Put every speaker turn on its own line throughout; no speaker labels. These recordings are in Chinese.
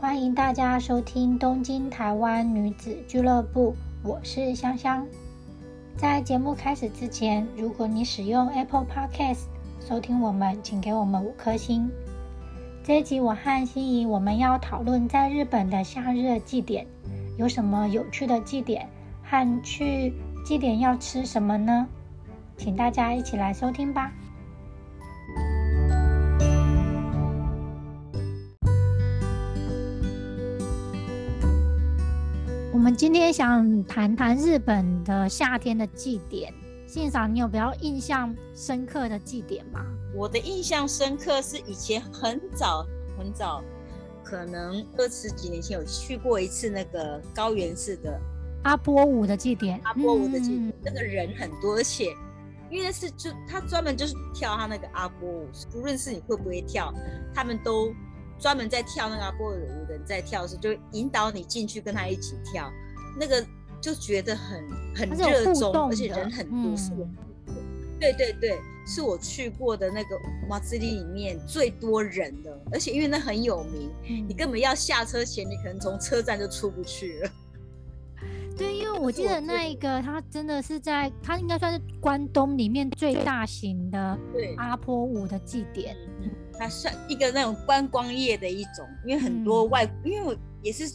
欢迎大家收听东京台湾女子俱乐部，我是香香。在节目开始之前，如果你使用 Apple Podcast 收听我们，请给我们五颗星。这一集我和心怡我们要讨论在日本的夏日的祭典，有什么有趣的祭典，和去祭典要吃什么呢？请大家一起来收听吧。我们今天想谈谈日本的夏天的祭典。欣赏，你有比较印象深刻的祭典吗？
我的印象深刻是以前很早很早，可能二十几年前有去过一次那个高原市的
阿波舞的祭典，
阿波舞的景
嗯
点，那个人很多，而且因为那是就他专门就是跳他那个阿波舞，不论是你会不会跳，他们都专门在跳那个阿波舞的人在跳的时候，就引导你进去跟他一起跳，那个就觉得很很
嗯它是有
热
互
衷，
动
而且
的
人很多，是我
嗯
对对对，是我去过的那个马自里里面最多人的，而且因为那很有名，你
你
根本要下车前，你可能从车站就出不去了。
对，因为我
是
记
我
得
最
那一个，它真的是在，它应该算是关东里面最大型的
对，
阿波舞的祭典。
嗯，它算一个那种观光业的一种，因为很多外，因为我也是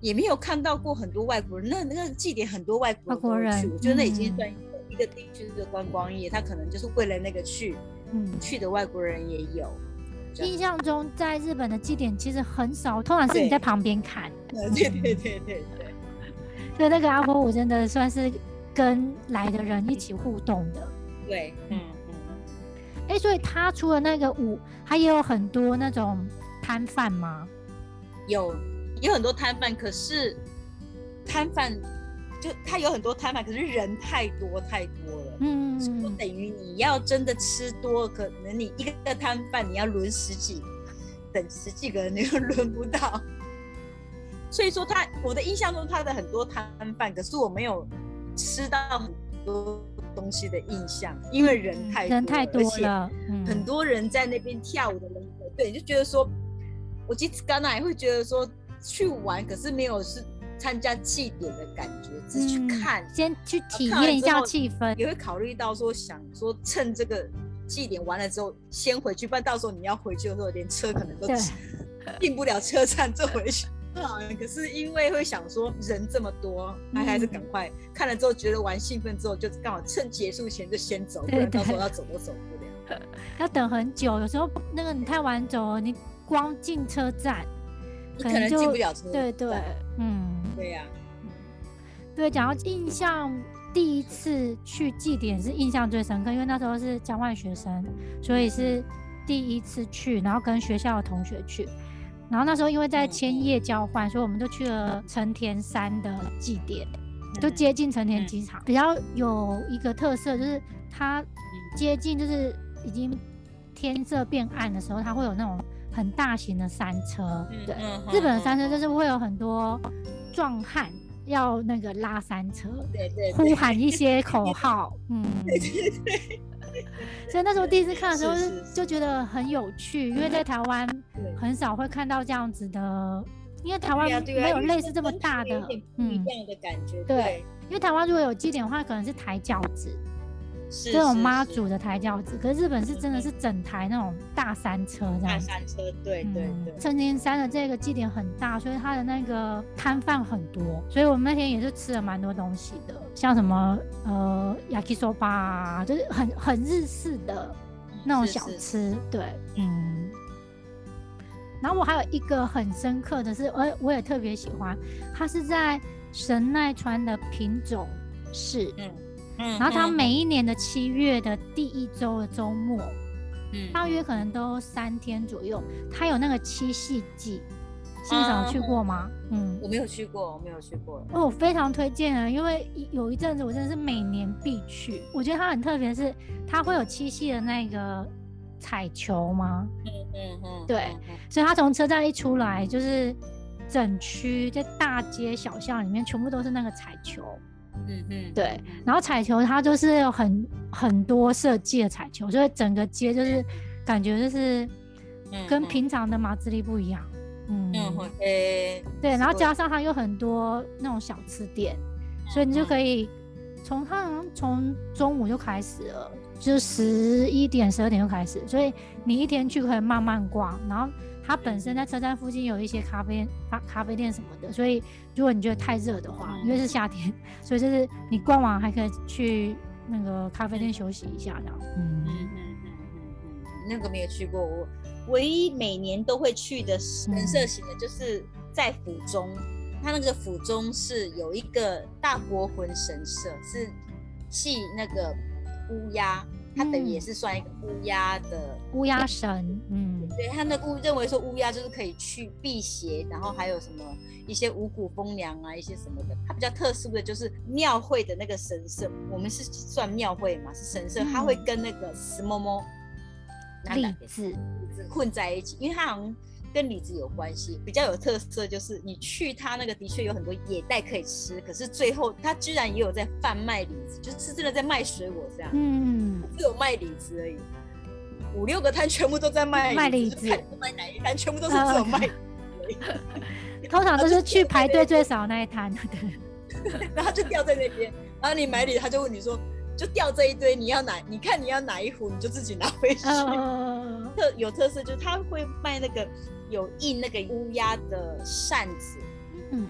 也没有看到过很多外国人，那那个祭典很多外国
外国
人都有去，
人
我觉得那已经
嗯
算一个一个地区的观光业，他可能就是为了那个去
嗯，
去的外国人也有。 这样
印象中在日本的祭典其实很少，通常是你
对
在旁边看。
对对对对对，
所以那个阿波舞真的算是跟来的人一起互动的。
对，嗯嗯。
哎，所以他除了那个舞，他也有很多那种摊贩吗？
有有很多摊贩，可是摊贩就他有很多摊贩，可是人太多太多了，
嗯，
就等于你要真的吃多，可能你一个摊贩你要轮十几，等十几个人你又轮不到。所以说他，我的印象中他的很多摊贩，可是我没有吃到很多东西的印象，因为人太
嗯
多
人太多
而且
了，嗯
很多人在那边跳舞的人，对，就觉得说，我其实刚才会觉得说去玩，可是没有是参加祭典的感觉，只是去看，
嗯先去体
看完
验一
之
下
后
气氛。
也会考虑到说想说趁这个祭典完了之后先回去，不然到时候你要回去的时候连车可能都
对
进不了车站就回去。 可是因为会想说人这么多，那还是
嗯
赶快、看了之后觉得玩兴奋之后，就刚好趁结束前就先走，不
对
然到时候
对
要走都走不了。
要等很久，有时候那个你太晚走了，你光进车站，
你
可
可
能
能
就
进不了车站。
对对，嗯，
对呀、
对，讲到印象，第一次去祭典是印象最深刻，因为那时候是交换学生，所以是第一次去，然后跟学校的同学去。然后那时候因为在
嗯
千
嗯
叶交换，所以我们就去了成田山的祭典，就
嗯
接近成田
嗯
机场。比较有一个特色就是它接近就是已经天色变暗的时候，它会有那种很大型的山车，
嗯
对，
嗯
日本的
嗯
山车
嗯
就是会有很多壮汉要那个拉山车，
嗯对对
呼
对，
喊一些口号，嗯， 所以那时候第一次看的时候
是
就是
是
就觉得很有趣，因为在台湾
对
很少会看到这样子的，因为台湾
对啊呀对呀
没有
因为
类似这么
跟他
大
们有
的
点，不
嗯
一，样的感觉，
对，因为台湾如果有祭典的话，可能是抬轿子，
是
这种
是
妈
是
祖的抬轿子，可是日本是真的
嗯
是整台那种大山车这
大
样子。
山车，对对对
嗯，成田山的这个祭典很大，所以它的那个摊贩很多，所以我们那天也是吃了蛮多东西的，像什么呃 yakisoba，啊就是很很日式的那种
是
小
是
吃，对，嗯。然后我还有一个很深刻的是，我我也特别喜欢，它是在神奈川的品种市，
嗯
然后它
嗯
每一年的七月的第一周的周末，
嗯
大约可能都三天左右。它有那个七夕祭，欣赏有去过吗？嗯，
我没有去过，我没有去过，
哦，我非常推荐啊，因为一有一阵子我真的是每年必去。我觉得它很特别，是它会有七夕的那个彩球吗？
嗯嗯，
对所以它从车站一出来，就是整区在大街小巷里面全部都是那个彩球。
嗯嗯，
对，然后彩球它就是有很很多设计的彩球，所以整个街就是感觉就是
嗯
跟
嗯
平常的马自力不一样。嗯，
嗯，诶、
对，然后
是
加上它有很多那种小吃店，所以
嗯
你就可以从它好像从中午就开始了，就十一点、十二点就开始，所以你一天去可以慢慢逛，然后。它本身
嗯
在车站附近有一些咖啡咖咖啡店什么的，所以如果你觉得太热的话，
嗯
因为是夏天，所以就是你逛完还可以去那个咖啡店休息一下，这样。嗯
嗯嗯嗯嗯嗯，那个没有去过。我唯一每年都会去的神社型的，就是在府中，它那个府中是有一个大国魂神社，是系那个乌鸦，它等于也
嗯
是算一个乌鸦的。
乌鸦神，嗯，
对他那乌认为说乌鸦就是可以去辟邪，然后还有什么一些五谷丰粮啊，一些什么的。它比较特殊的就是庙会的那个神社，我们是算庙会嘛，是神社，
嗯
它会跟那个石摸摸、
栗子，
混在一起，因为它好像跟李子有关系。比较有特色就是你去它那个的确有很多野袋可以吃，可是最后它居然也有在贩卖李子，就是真的在卖水果这样。
嗯，
只有卖李子而已，五六个摊全部都在卖
卖
李
李
就
子哦
看你买哪一摊，全部都是只有卖李子而
通常都是去排队最少那一摊，对，
已，然后就掉在那边，然后你买李子，他就问你说，就掉这一堆，你要哪？你看你要哪一壶，你就自己拿回去。
呃，
特有特色就是他会卖那个有印那个乌鸦的扇子，
嗯，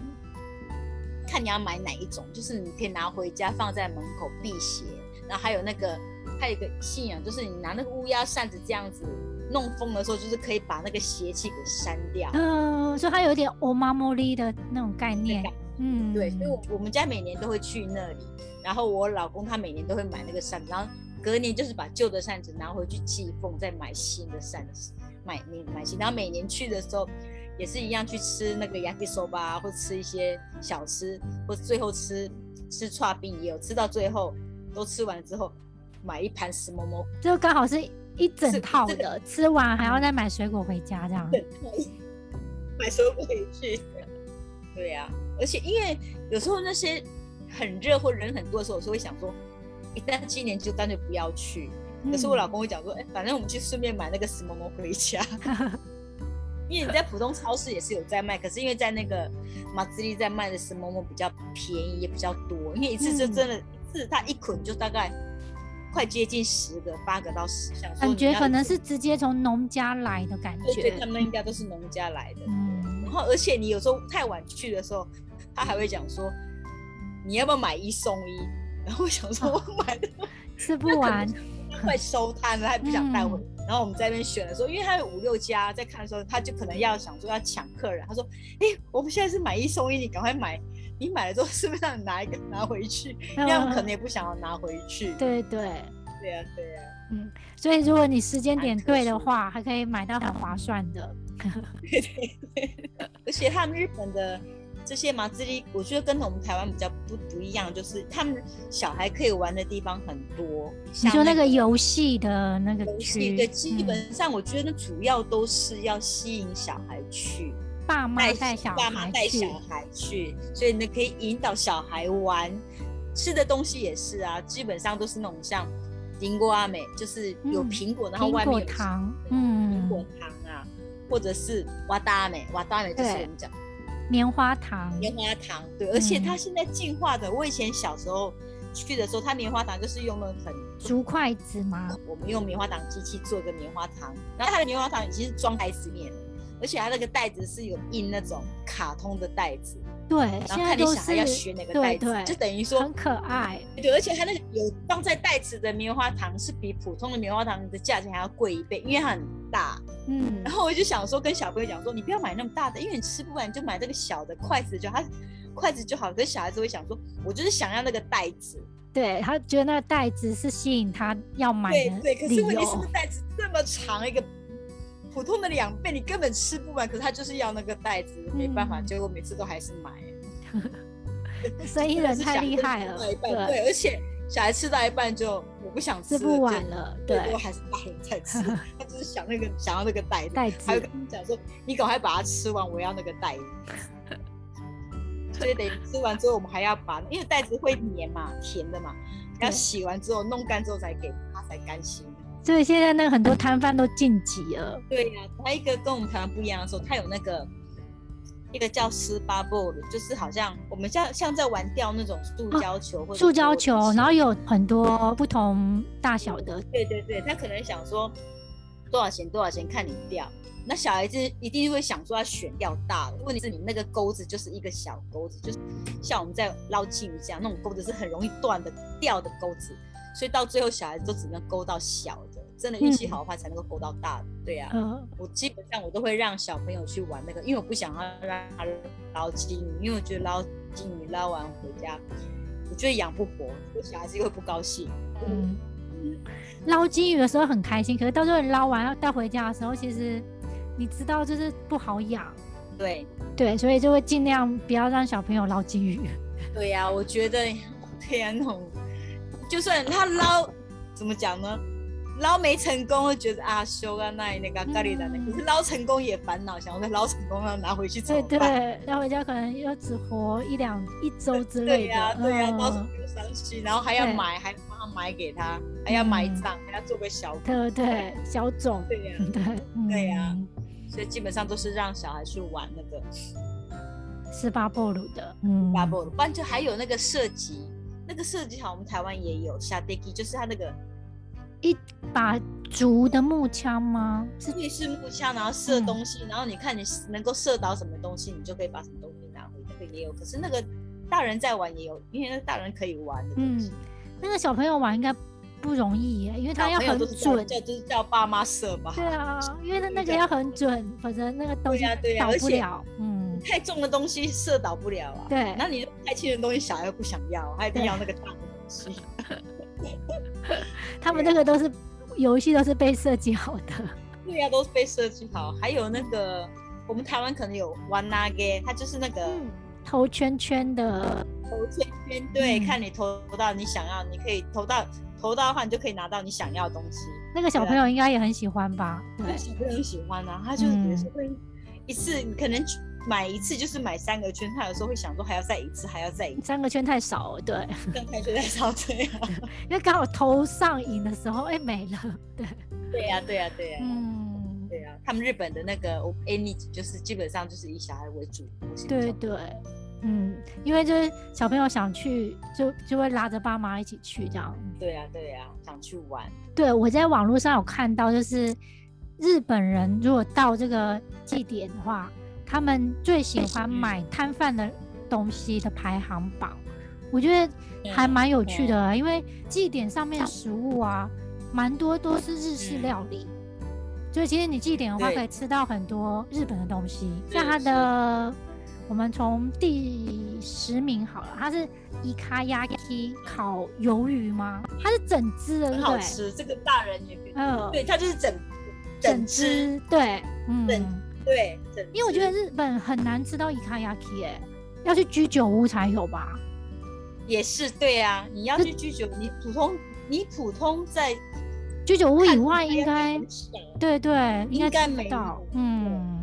看你要买哪一种，就是你可以拿回家放在门口辟邪，然后还有那个还有一个信仰，就是你拿那个乌鸦扇子这样子弄风的时候，就是可以把那个邪气给扇掉。
呃，所以它有一点 omamori 的那种概念，嗯，
对，所以我我们家每年都会去那里，然后我老公他每年都会买那个扇子，然后隔年就是把旧的扇子拿回去寄奉，再买新的扇子，买买买新。然后每年去的时候也是一样去吃那个 yakisoba，啊或吃一些小吃，或最后吃吃串冰也有，吃到最后都吃完之后买一盘石磨磨，
就刚好是一整
是
套
这个
的，
嗯
吃完还要再买水果回家这样，
买什么回去？对呀、而且因为有时候那些很热或人很多的时候，我是会想说，一旦今年就干脆不要去。
嗯
可是我老公会讲说，哎、反正我们去顺便买那个什么么 回家。因为你在普通超市也是有在卖，可是因为在那个马自力在卖的什么么比较便宜，也比较多。因为一次
嗯
就真的，一次它一捆就大概快接近十个、八个到十项，
感觉可能
是
是直接从农家来的感
对对，
觉
他，们应该都是农家来的。然
嗯，
后而且你有时候太晚去的时候，他还会讲说你要不要买一送一。 然后我想说，
哦
我买的
吃不完，
快收摊了，他也不想带回。然后我们在那边选的时候，因为他有五六家在看的时候，他就可能要想说要抢客人。他说：“哎，我们现在是买一送一，你赶快买。你买了之后，是不是让你拿一个拿回去？
啊
因为他们可能也不想要拿回去。”
呃对对。
对呀、对啊呀、
所以，如果你时间
蛮
点
特
对的
殊
话，还可以买到很划算的。
对对对，而且他们日本的这些麻子力，我觉得跟我们台湾比较不不一样，就是他们小孩可以玩的地方很多。
你
像
说那个游戏的那个
游戏，
区，
对，基
嗯
本上我觉得主要都是要吸引小孩去，
爸妈带小
爸妈
孩
带
去
小，孩去，所以你可以引导小孩玩。吃的东西也是啊，基本上都是那种像林果阿美，就是有
嗯
苹果，然后
苹
外面
果
有
糖，
苹果
嗯，
糖啊，或者是瓦达美，瓦达美就是我
对
们讲。
棉花糖，
棉花糖，对，而
嗯
且它现在进化的，我以前小时候去的时候，它棉花糖就是用了很，
竹筷子吗？
我们用棉花糖机器做一个棉花糖，然后它的棉花糖已经是装袋子面了，而且它那个袋子是有印那种卡通的袋子，
对，
然
现在
后看你
都
小孩
是
要选哪个袋
对
子，
对，
就等于说
很可爱，
对，而且它那个有放在袋子的棉花糖是比普通的棉花糖的价钱还要贵一倍，因为它很大。
嗯
然，后我就想说，跟小朋友讲说，你不要买那么大的，因为你吃不完，你就买这个小的筷子就好。他筷子就好，可是小孩子会想说，我就是想要那个袋子。
对他觉得那个袋子是吸引他要买
对
的
对，可
理
是问题是
由
那，袋子这么长一个，普通的两倍，你根本吃不完。可是他就是要那个袋子，没办法，
嗯
结果每次都还是买。
生意
真的
人
是
太
小
厉
孩
害
子吃
了
到一，半
对，
对，而且小孩吃到一半就我不想吃
吃
了，
不完
就
了，
最
对
多，还是大人 在吃。他就是想那个想要那个袋子，
袋
还
子
有跟，他们讲说，你赶快把它吃完，我要那个袋子。所以等于吃完之后，我们还要把，因为袋子会黏嘛，甜的嘛，要
对
洗完之后弄干之后才给他才甘心。
所以现在那个很多摊贩都晋级了，
对呀、它一个跟我们台湾不一样的时候，它有那个一个叫斯巴 ball 的，就是好像我们像像在玩掉那种塑胶球或者
哦塑胶球，然
后
后有很多不同大小的，
对对对，他可能想说多少钱多少钱看你掉，那小孩子一定会想说要选掉大的，问题是你那个钩子就是一个小钩子，就是像我们在捞金鱼这样，那种钩子是很容易断的掉的钩子，所以到最后小孩子都只能勾到小的，真的运气
嗯
好的话才能够勾到大的，对呀、
呃，
我基本上我都会让小朋友去玩那个，因为我不想要让他捞金鱼，因为我觉得捞金鱼捞完回家，我觉得养不活，我小孩子又会不高兴。
嗯，捞金鱼的时候很开心，可是到时候你捞完要带回家的时候，其实你知道就是不好养，
对
对，所以就会尽量不要让小朋友捞金 鱼。
对呀、我觉得对呀、那种就算他捞怎么讲呢，捞没成功会觉得啊羞啊那那个咖喱的
嗯
那，可是捞成功也烦恼，想说哎捞成功要拿回去怎
对
么
对
办？，
带回家可能又只活一两一周之
对
类
呀、
的，
对呀、
嗯
到时候就伤心，然后还要
对
买，还帮他买给他，还要埋
嗯
葬，还要做个小狗。
对对，小种，
对呀、
对，
对呀
嗯
所以基本上都是让小孩去玩那个
十八波鲁的，嗯，
b u b 不然就还有那个射击，那个射击好像我们台湾也有下 d e k i 就是它那个
一把竹的木枪吗？是
夜视木枪，然后射
嗯
东西，然后你看你能够射到什么东西，你就可以把什么东西拿回，那个也有。可是那个大人在玩也有，因为那大人可以玩的东
嗯
西。，
那个小朋友玩应该不容易耶，因为他
小
要
朋友
很
都是叫
准。
叫就是叫爸妈射吧。
对啊，因为他那个
这样
要很准，否则那个东西
对呀对呀
倒
而
不
且
了。嗯，
太重的东西射倒不了啊。
对
那你太轻的东西，小孩又不想要，他一定
对
要那个大的东西。
他们
对
那个都是游戏都是被设计好的。
对呀、都是被设计好。还有那个，我们台湾可能有玩那个，它就是那个
嗯，投圈圈的，
投圈圈，对，
嗯
看你投到你想要，你可以投到投到的话，你就可以拿到你想要的东西。
那个小
对啊
朋友应该也很喜欢吧？对
那，小朋友很喜欢啊，他就是觉得说，嗯一次你可能买一次就是买三个圈，他有时候会想说还要再一次，还要再一次，
三个圈太少了，对，
这样他就在烧这样。
因为刚好头上瘾的时候，哎，没了。对，
对呀、对呀、啊对呀、
嗯，
对呀、他们日本的那个 any 就是基本上就是以小孩为主，我是比较
对对，嗯，因为就是小朋友想去，就就会拉着爸妈一起去这样。
对呀、对呀、想去玩，
对，我在网络上有看到，就是日本人如果到这个祭典的话，他们最
嗯
喜欢买摊贩的东西的排行榜，我觉得还蛮有趣的啊，因为祭典上面的食物啊，蛮多都是日式
嗯
料理。所以其实你祭典的话，
对
可以吃到很多日本的东西，
是
像它
是
的，我们从第十名好了，它是伊卡亚 k 烤鱿鱼吗？它是整只的，对
很
不
好欸
对？
吃。这个大人也可以。
嗯，
对，它就是整
整
只，
只，对，嗯，
整对，整只。
因为我觉得日本很难吃到伊卡亚 k 哎，要去居酒屋才有吧？
也是对啊，你要去居酒，你普通你普通在
居酒屋以
看
外应该，
很少
对对，应
应该
该吃
没
不
有
到，
对
嗯，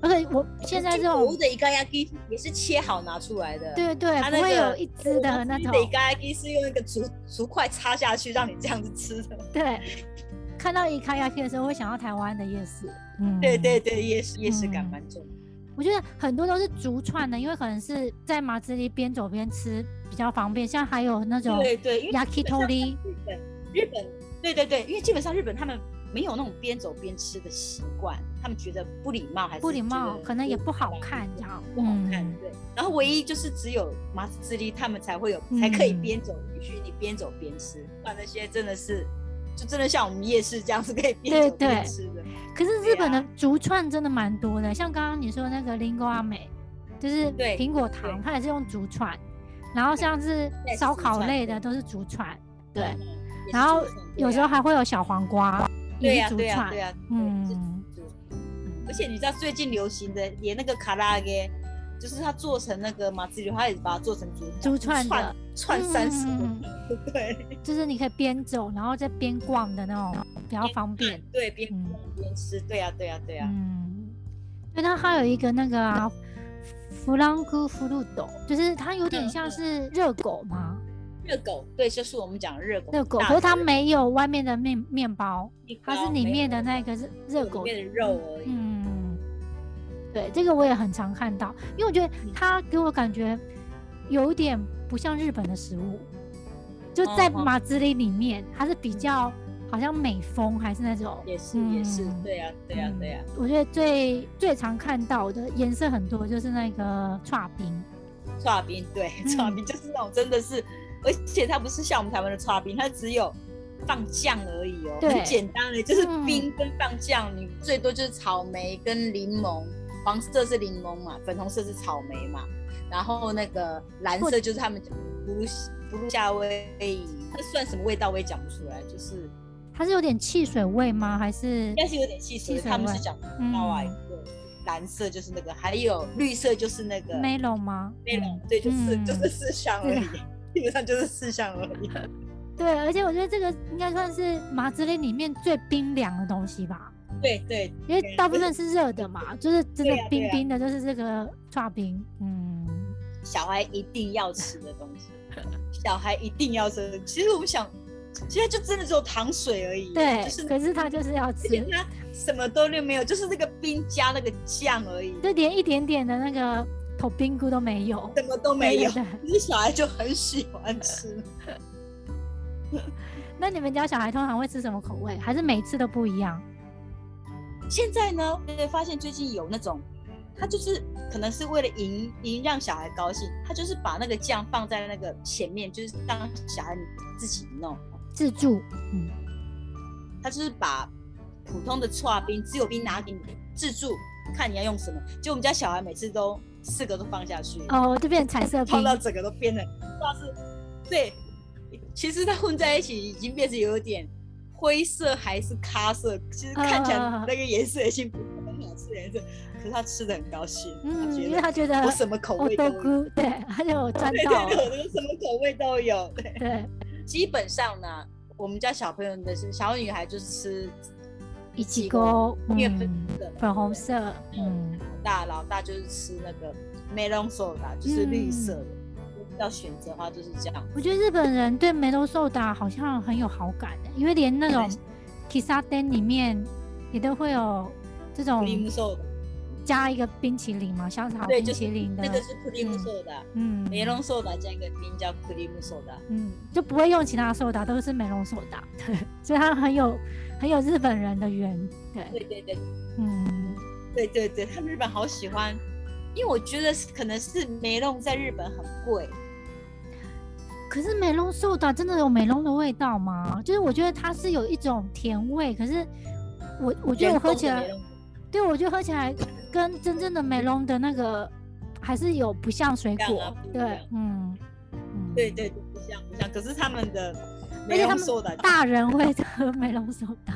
而且我现在
居
这
酒屋
种，
的一个 yaki 也是切好拿出来的，
对对，
它
不
那
会
个
有一只的那种，
一个 yaki 是用一个竹竹筷插下去让你这样子吃的。
对，看到伊卡亚 k 的时候会想到台湾的夜市，嗯，
对对对，夜市夜市感
嗯
蛮重的。
我觉得很多都是竹串的，因为可能是在马自里边走边吃比较方便，像还有那种
对对，因为基本上
yakitori
日本日本对对对，因为基本上日本他们没有那种边走边吃的习惯，他们觉得不礼貌还是
不礼
觉
貌
得，
可能也不好
礼貌
看这样，
不好看
嗯。
对，然后唯一就是只有麻子之力他们才会有，才可以
嗯
边走允许你边走边吃，不然那些真的是就真的像我们夜市这样是可以边
对
走边
对
吃的。
可是日本
对啊
的竹串真的蛮多的，像刚刚你说那个林沟阿美，就是
对
苹果糖，
对
它也是用竹串，然后像是
对是
烧
竹
烤
串
类
对
的都是竹串，对，
嗯，也是
然后
竹笋对
有时候
啊
还会有小黄瓜，
对
也
呀
是竹
对呀
串
对，呀，对是
嗯，
是而且你知道最近流行的连那个卡拉给，就是它做成那个马自流，它也把它做成竹
竹
串
串的
串三十个
嗯，
对
就是你可以边走然后再边逛的那种，比较方便，
对，边
嗯
逛边吃，对呀对呀啊对呀，
嗯，对，它还有一个那个啊，弗朗库弗鲁斗，就是它有点
嗯
像
嗯
是热狗嘛，
热狗对，就是我们讲的热狗，
热狗，
大
可是它
的
没有外面的面面包，
地瓜
它是里
没有
面的那个热热
里
狗，
面的肉而已，
嗯，对，这个我也很常看到，因为我觉得
嗯
它给我感觉有点不像日本的食物，就在
哦哦
马自里里面，它是比较好像美风还是那种，
也是也是，
嗯
对呀、对呀、
嗯
对呀、啊
我觉得最最常看到的颜色很多，就是那个串冰，
刨冰对，
嗯
刨冰就是那种真的是，而且它不是像我们台湾的刨冰，它只有放酱而已哦，
对
很简单的，就是
嗯
冰跟放酱，你最多就是草莓跟柠檬，黄色是柠檬嘛，粉红色是草莓嘛，然后那个蓝色就是他们讲的布鲁布鲁夏威夷，这算什么味道我也讲不出来，就是
它是有点汽水味吗？还是
应该是有点汽水
汽
味，
水
他们
味
是讲
嗯
另外一个蓝色就是那个，还有绿色就是那个
melon 吗？
内容
嗯，
对，就是、
嗯
就
啊
是四项而已， 基本上就是四项而已。
对，而且我觉得这个应该算是马自里里面最冰凉的东西吧，
对对，
因为大部分是热的嘛，就是真
对
的
呀对啊
冰
呀
冰的，就是这个串冰，嗯，
小孩一定要吃的东西，小孩一定要吃的。其实我们想，其实就真的只有糖水而已，
对
就是，
可是它就是要吃
而，且它什么都没有，就是那个冰加那个酱而已，
就连一点点的那个头冰菇都没有，
什么都没有。
对。对对
可是小孩就很喜欢吃，
那你们家小孩通常会吃什么口味？还是每次都不一样？
现在呢，呃发现最近有那种，他就是可能是为了赢赢让小孩高兴，他就是把那个酱放在那个前面，就是当小孩自己弄。
自助，嗯，
他就是把普通的刨冰只有冰拿给你自助，看你要用什么。就我们家小孩每次都四个都放下去，
哦，就变成彩色
放
冰，
到整个都变得，不知道是对，其实它混在一起已经变成有点灰色还是咖色，其实看起来
啊
那个颜色已经不是很好吃的颜色，可是他吃的很高兴，他
嗯，
觉
因为
得
他觉得
我什么口
哦
味都
豆
有，
菇，对，他就有赚
对对
到，
对，我什么口味都有，对。
对，
基本上呢，我们家小朋友的是小女孩就吃
一起勾，
因为粉
嗯，
色嘛
粉红色，嗯，
老大老大就是吃那个 melon soda，就是绿色的。
嗯
要选择的话就是这样，
我觉得日本人对梅多寿达好像很有好感的，因为连那种 kissa den 里面也都会有这
普
种
利姆 soda，
加一个冰淇淋嘛，香草
对，
冰
就是
淇淋的
那，个是普利姆 soda，
嗯，
梅隆 soda 加一个冰叫普利姆 soda，
嗯，就不会用其他寿达，都是美容寿达， 对，所以它很有很有日本人的缘，对，
对对对
嗯，
对对对，他们日本好喜欢，因为我觉得是可能是梅隆在日本很贵，
可是美容寿达真的有美容的味道吗？就是我觉得它是有一种甜味，可是我我觉得我喝起来
人，工的
对我觉得喝起来跟真正的美容的那个还是有不像水
不一
果，
样啊不一
对
样，
嗯，嗯
梅隆，对对对，不像不像，可是他们的
而
梅
且他
隆
们
soda，大
大人会喝 美容寿达，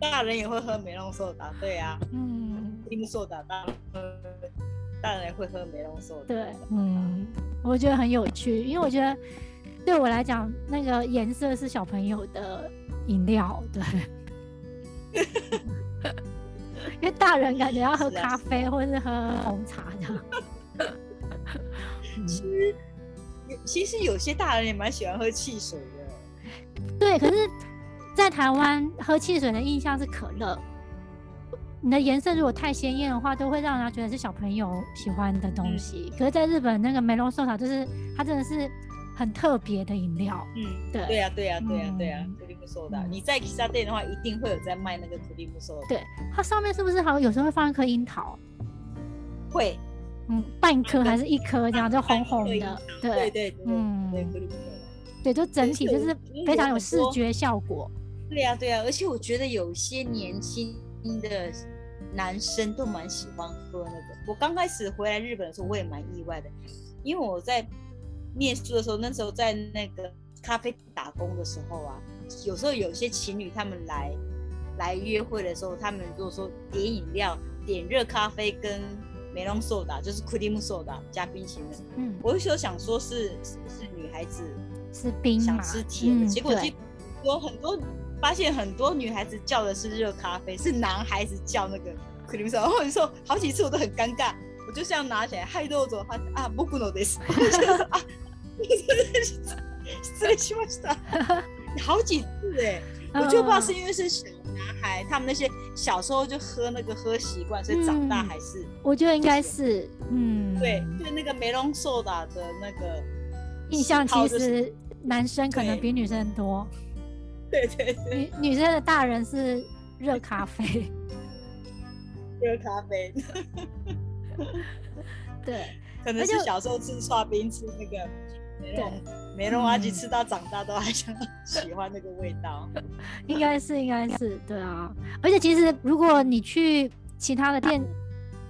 大人也会喝梅隆 soda，对啊，
嗯。
普利姆 soda 大人喝大人也会喝梅隆 soda，
对，嗯，我觉得很有趣，因为我觉得对我来讲，那个颜色是小朋友的饮料，对。 因为大人感觉要喝
是啊
咖啡或是喝红茶这样。 嗯
有其实有些大人也蛮喜欢喝汽水的，
对，可是，在台湾喝汽水的印象是可乐，你的颜色如果太鲜艳的话，都会让人家觉得是小朋友喜欢的东
嗯
西。可是，在日本那个梅隆寿茶，就是它真的是很特别的饮料。
嗯，
对
对呀、对呀、对呀、对呀、啊
嗯
土利木收的。
嗯
你在 k i s 店的话，一定会有在卖那个土利木收的，
对，它上面是不是好像有时候会放一颗樱桃？
会，
嗯，半颗还是一颗这样，就红红
半颗樱
的
桃。对
对
对对
嗯
对，土利木收的。
对，就整体就是非常有视觉效果。
对呀、对呀、而且我觉得有些年轻的男生都蛮喜欢喝那个。我刚开始回来日本的时候，我也蛮意外的，因为我在念书的时候，那时候在那个咖啡打工的时候啊，有时候有些情侣他们来来约会的时候，他们如果说点饮料，点热咖啡跟梅隆苏打，就是 cream soda 加冰淇淋的，
嗯，
我有时候想说是是不是女孩子
是冰
想
嘛？
吃甜的，
嗯，
结果
对
就有很多发现很多女孩子叫的是热咖啡，是男孩子叫那个 cream soda，然后你说好几次我都很尴尬，我就这样拿起来，嗨豆子，他啊僕のです， 就是啊，失礼しました，好几次哎、
嗯
我就不知道是因为是小男孩，他们那些小时候就喝那个喝习惯，所以长大
嗯
还是、
我觉得应该是，嗯，
对，对那个梅隆寿打的那个
印象
喜好
其
就是
实男生可能
对
比女生 多，
对对对，
女女生的大人是热咖啡，
热咖啡，
对，
可能是小时候吃刨冰吃那个梅隆梅隆阿
嗯
吉吃到长大都还想 喜欢那个味道。
应该是应该是对啊。而且其实如果你去其他的店，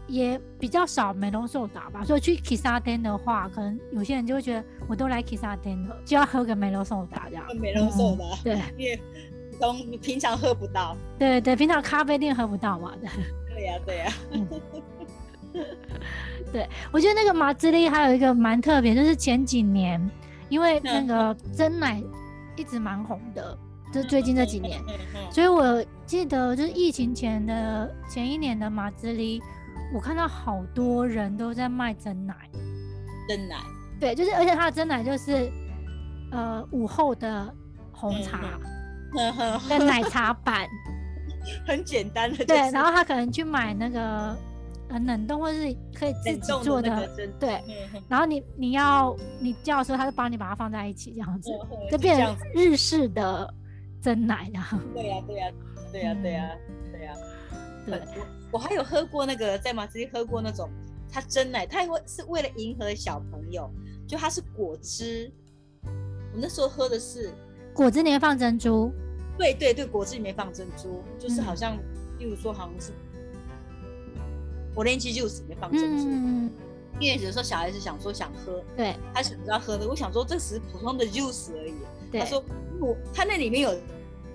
也比较少美容手打吧，所以去 Kissa 店的话，可能有些人就会觉得我都来 Kissa 店了，就要喝个美容手打这样。
喝美容手打
嗯对
因为普通平常喝不到。
对对，平常咖啡店喝不到嘛。对
对呀、对呀、
我觉得那个马自立还有一个蛮特别，就是前几年因为那
嗯
个真奶一直蛮红的，就是最近这几年，
嗯嗯
所以我记得就是疫情前的前一年的马自立，我看到好多人都在卖真奶，
真奶，
对，就是而且它的真奶就是呃午后的红茶
嗯呵呵
跟奶茶 版，
很简单的、就是。
对，然后他可能去买那个呃冷冻或是可以自
冷
己
冻
做
的那
的，
个真，
对。
嗯嗯
然后你你要你叫的时候，他就帮你把它放在一起这样子，
嗯
就
就
变
这
成
样子
日式的真奶这样。
对呀、对呀、对
嗯
呀、对呀、对呀、
对，
我我还有喝过那个在马自立喝过那种，它真奶，它为是为了迎合小朋友，就它是果汁。我那时候喝的是，
果汁里面放珍珠，
对对对，果汁里面放珍珠，就是
嗯
好像，例如说好像是 orange juice 里面放珍珠，
嗯，
因为有时候小孩子想说想喝，
对
他想要喝的，我想说这只是普通的 juice 而已。
对
他，说我他那里面有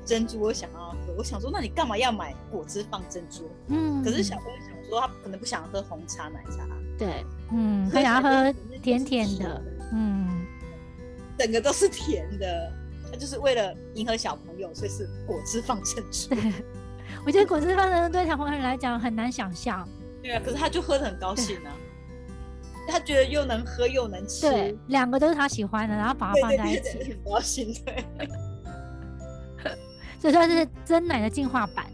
珍珠，我想要喝。我想说，那你干嘛要买果汁放珍珠？
嗯
可是小朋友想说，他可能不想喝红茶、奶茶，啊
对， 嗯，
所
他
以
想要
小朋
喝
友可能就是
甜甜
甜
的
的，
嗯，
整个都是甜的。他就是为了迎合小朋友，所以是果汁放珍珠。
我觉得果汁放珍珠对小朋友来讲很难想象，
对啊，可是他就喝的很高兴 啊，他觉得又能喝又能吃，
对，两个都是他喜欢的，然后把它
对
放
对
在一
对
起，
对，很高兴。 对
所以说这是真奶的进化版，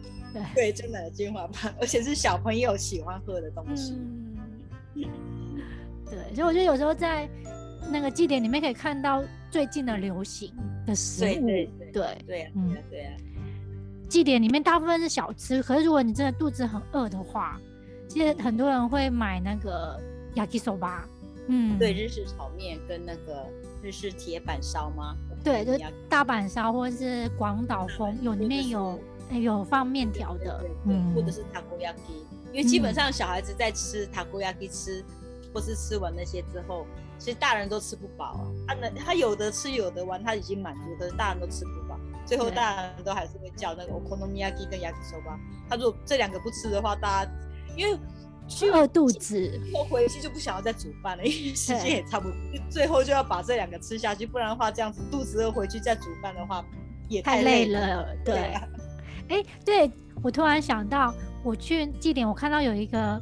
对，真的精华版，而且是小朋友喜欢喝的东西。
嗯， 对，所以我觉得有时候在那个祭典里面可以看到最近的流行的食
对
物，
对对
对，
对呀、
嗯
对呀、啊对呀、
祭典里面大部分是小吃，可是如果你真的肚子很饿的话，其实很多人会买那个 yakisoba，嗯，
对，日式炒面跟那个日式铁板烧吗？
对，就
对
是大阪烧或者是广岛风，有里面有哎有放面条的
对对，
嗯，
或者是 takoyaki，因为基本上小孩子在吃 takoyaki 吃，或是吃完那些之后，其实大人都吃不饱啊。他能他有的吃有的玩，他已经满足，可是大人都吃不饱。最后
对
大人都还是会叫那个 okonomiyaki 跟 yakisoba。他如果这两个不吃的话，大家因为去
嗯饿肚子，
后回去就不想要再煮饭了，因为时间
对
也差不多，就最后就要把这两个吃下去，不然的话，这样子肚子饿回去再煮饭的话，也
太
累
累了，对，
对啊
哎、对我突然想到，我去祭典，我看到有一个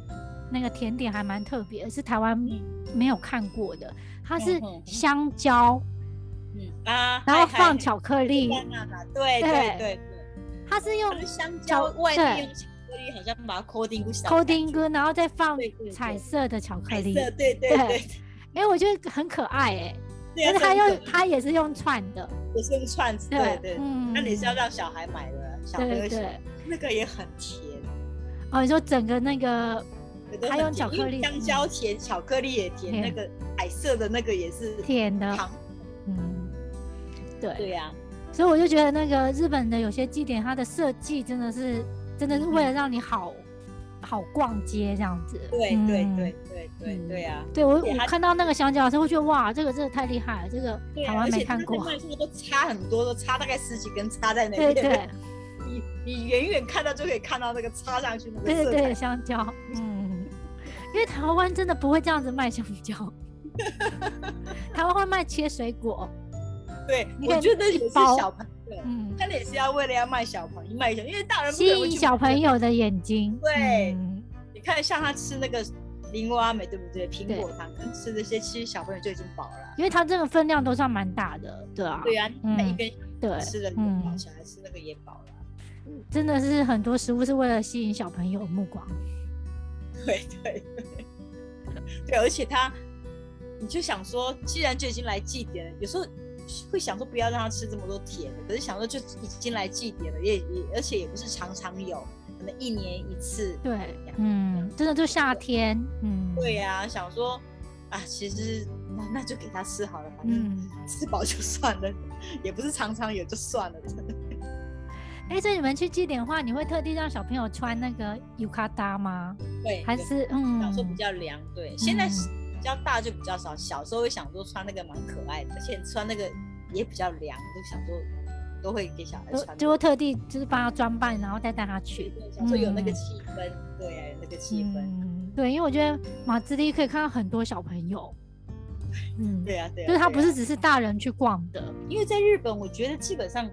那个甜点还蛮特别，是台湾没有看过的，它是
嗯嗯嗯
香蕉，
嗯啊，
然后
嗨
放巧克力，
嗨嗨嗨对
对
对对
它是用
对，香蕉
巧
外面
对
用巧克力好像把它 coating 不
coating 跟然后再放
对对对
彩色的巧克
彩
力，
色，对对
对
对，
哎、我觉得很可爱哎、
对
但
啊
是它
这很
用
可爱
它也是用串的，
也是用串子，对对，
嗯
那你是要让小孩买的，小朋友
对
喜
对
欢，那个也很甜。
哦，你说整个那个
有的
还
很
有
甜
巧克
因为
力嗯
香蕉甜，巧克力也甜，
甜
那个彩色的那个也是
甜的，
糖，
嗯，对，
对啊呀、
所以我就觉得那个日本的有些祭典，它的设计真的是真的是为了让你好好逛街这样子。
对
嗯
对对对对
嗯
对啊呀、
对我
对
我
它
看到那个香蕉的时候，我觉得哇，这个真的太厉害了，这个
对
台
啊，
湾
而
没
且它
看
在
过。
卖场都差很多，都差大概十几根插在那
对
边。
对
你你远远看到就可以看到那个插上去那个
对
色
对
彩。
对，香蕉，嗯，因为台湾真的不会这样子卖香蕉， 台湾会卖切水果，
对
你
我
看
觉得也
一
是
包
小朋友，
嗯，
他也是要为了要卖小朋友卖小，因为大人不
吸
可能会
引
去
小
买
朋。友的眼睛。
对
嗯
你看，像他吃那个林蛙美，对不对？苹
对
果糖跟吃这些，其实小朋友就已经饱了。
因为它这个分量都算蛮大的，对啊，
对呀、啊，你买一
嗯
根
对，
吃了也饱，小孩吃那个也饱了。
真的是很多食物是为了吸引小朋友目光。
对对对，对，而且他，你就想说，既然就已经来祭奠了，有时候会想说不要让他吃这么多甜的，可是想说就已经来祭奠了，也也而且也不是常常有，可能一年一次。
对
这样，
嗯，真的就夏天，嗯，
对呀、想说啊，其实那那就给他吃好了，反正
嗯，
吃饱就算了，也不是常常有就算了，真的。
哎、所以你们去祭典的话，你会特地让小朋友穿那个浴卡达吗？
对，
还
对
是嗯，
小时候比较凉，对，现在是比较大就比较少。小时候会想说穿那个蛮可爱的，而且穿那个也比较凉，就想说都会给小孩
都
穿。
就会特地就是帮他装扮，然后再带他去。
对，想说有那个气氛，对，那个气氛，
嗯，对，因为我觉得马自力可以看到很多小朋友，嗯，
对啊，对啊。
就是他
对啊
不是只是大人去逛的，
因为在日本，我觉得基本上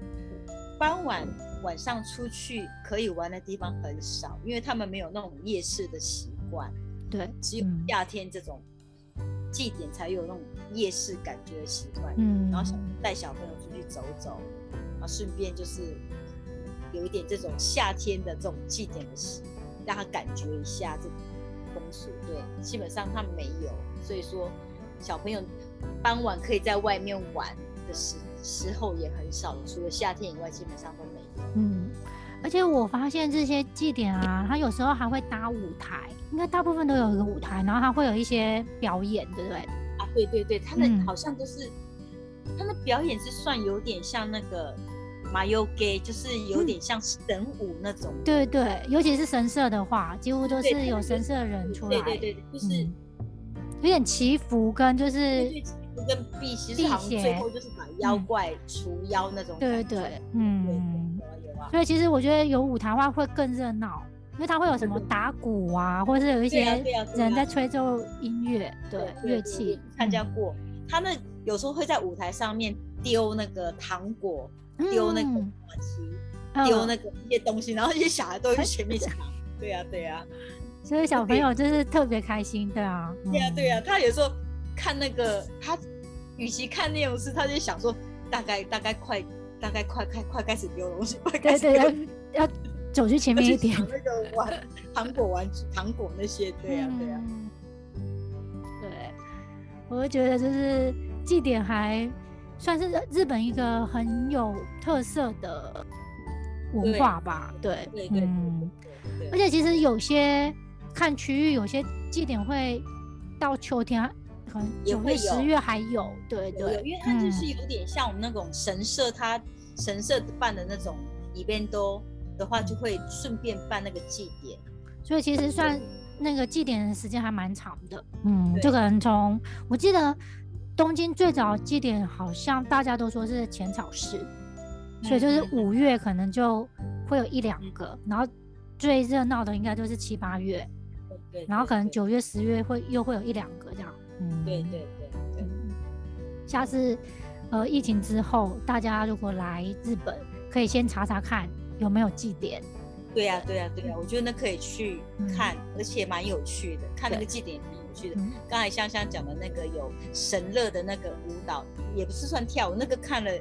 傍晚晚上出去可以玩的地方很少，因为他们没有那种夜市的习惯，
对，
只有
嗯
夏天这种祭典才有那种夜市感觉的习惯。
嗯，
然后想带小朋友出去走走，然后顺便就是有一点这种夏天的这种祭典的习，让他感觉一下这风俗。对，基本上他没有，所以说小朋友傍晚可以在外面玩的时时候也很少，除了夏天以外，基本上都没有。
嗯，而且我发现这些祭典啊，它有时候还会搭舞台，应该大部分都有一个舞台，然后它会有一些表演，对不对？
啊，对对对，他的
嗯
好像都是、他的表演是算有点像那个。马优 gay 就是有点像神舞那种，
嗯对对，尤其是神社的话，几乎都
对
是
它
有
那
神
个
社的人出来，
对对对，对就是、
嗯有点祈福跟就
对
是
对，跟辟邪是好像最后就是把妖怪除妖那种
嗯对
感觉。
对，
对
嗯，
对有啊有啊。
所以其实我觉得有舞台的话会更热闹，因为它会有什么打鼓啊，或者是有一
对啊
些
对啊对
人
啊
在吹奏音乐，对乐器嗯
我参加过，他那有时候会在舞台上面丢那个糖果，丢那个
嗯
马蹄，
嗯
丢那个一些东西，然后一些小孩都会去前 面抢。对呀对啊呀
所以小朋友就是特别开心，对啊，
对呀
嗯
对呀，他有时候看那个他，与其看那种事，他就想说大概大概快大概快快快开始丢东西，快
对
开始丢
对对，要走去前面一
去
点。
抢那个玩糖果玩 具糖果那些，对呀对啊呀。
嗯对，我会觉得就是祭典还算是日本一个很有特色的文
对
化吧，对，
对对对
嗯，
对对
而且其实有些看区域，有些祭典会到秋天，可能
也
九
会
月、十
有
月还有，对
有有
对，
因为它就是
嗯
有点像我们那种神社，它神社办的那种 event 都的话，就会顺便办那个祭典。
所以其实算那个祭典的时间还蛮长的，嗯，
对
就可能从我记得东京最早祭典好像大家都说是浅草寺，所以就是
嗯
五月可能就会有一两个，然后最热闹的应该就是七八月，
对对
然后可能
对
九月、十月会又会有一两个这样，嗯，
对对对对
嗯下次呃疫情之后，大家如果来日本，可以先查查看有没有祭典，
对呀对呀对呀，我觉得那可以去看，而且蛮有趣的，看那
嗯对
个祭典也蛮有趣的。
嗯，
刚才香香讲的那个有神乐的那个舞蹈，也不是算跳舞，那个看了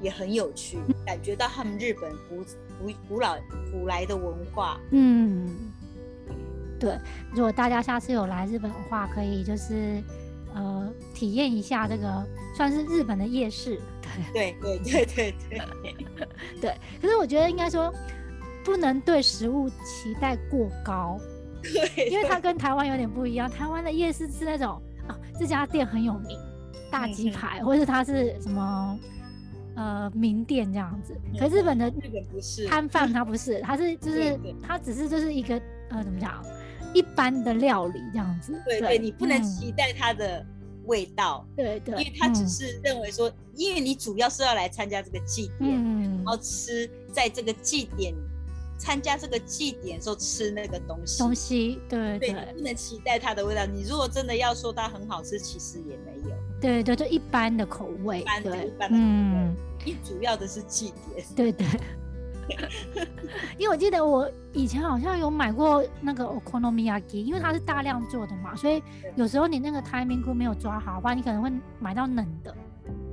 也很有趣，
嗯
感觉到他们日本古古古老古来的文化。
嗯，对，如果大家下次有来日本的话，可以就是呃体验一下这个算是日本的夜市。
对对对对 对，
对，可是我觉得应该说不能对食物期待过高，
对
因为它跟台湾有点不一样。台湾的夜市是那种啊这家店很有名，大鸡
嗯嗯
排，或是它是什么呃名店这样子。可
嗯
日本的
日本不是
摊贩他不是，他是就是
对对
他只是就是一个呃怎么讲，一般的料理这样子。
对对，你不能
嗯
期待它的味道，
对对，
因为它只
嗯
是认为说，因为你主要是要来参加这个祭典，
嗯
然后吃在这个祭典参加这个祭典的时候吃那个东西。
东西，对
对
对
你不能期待它的味道。你如果真的要说它很好吃，其实也没有。
对对，就一般的口味
般，的
对
一般，的口味
嗯，
你主要的是祭典，
对对。 因为我记得我以前好像有买过那个 okonomiyaki，因为它是大量做的嘛，所以有时候你那个 timing 没有抓好的话，你可能会买到冷的。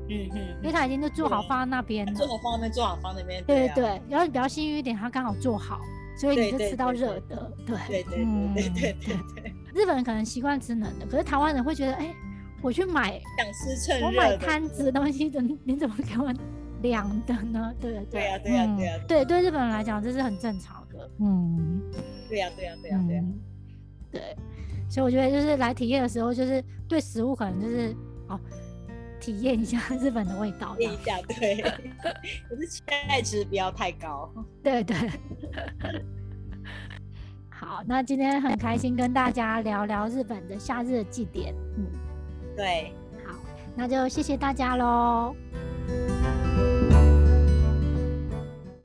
嗯嗯
因为他已经都做好放在那边
做
了。
好放那边，做好放那边。
对
啊
对对，然后比较幸运一点，他刚好做好，所以你
对
就
对
吃到
对
热的。对
对对对
嗯
对对对 对，
日本人可能习惯吃冷的，可是台湾人会觉得，哎、我去买
想吃趁
我
热
买
的。
摊子的东西的，你怎么给我凉的呢？对对
对啊对啊对啊
嗯对对，日本人来讲这是很正常的，嗯，
对呀对呀对啊呀对呀。
嗯对，所以我觉得就是来体验的时候，就是对食物可能就是哦，体验一下 日本的味道这
练
样，
一下，对， 可是期待值不要太高。
对对。好，那今天很开心跟大家聊聊日本的夏日的祭典，嗯，
对，
那就谢谢大家喽，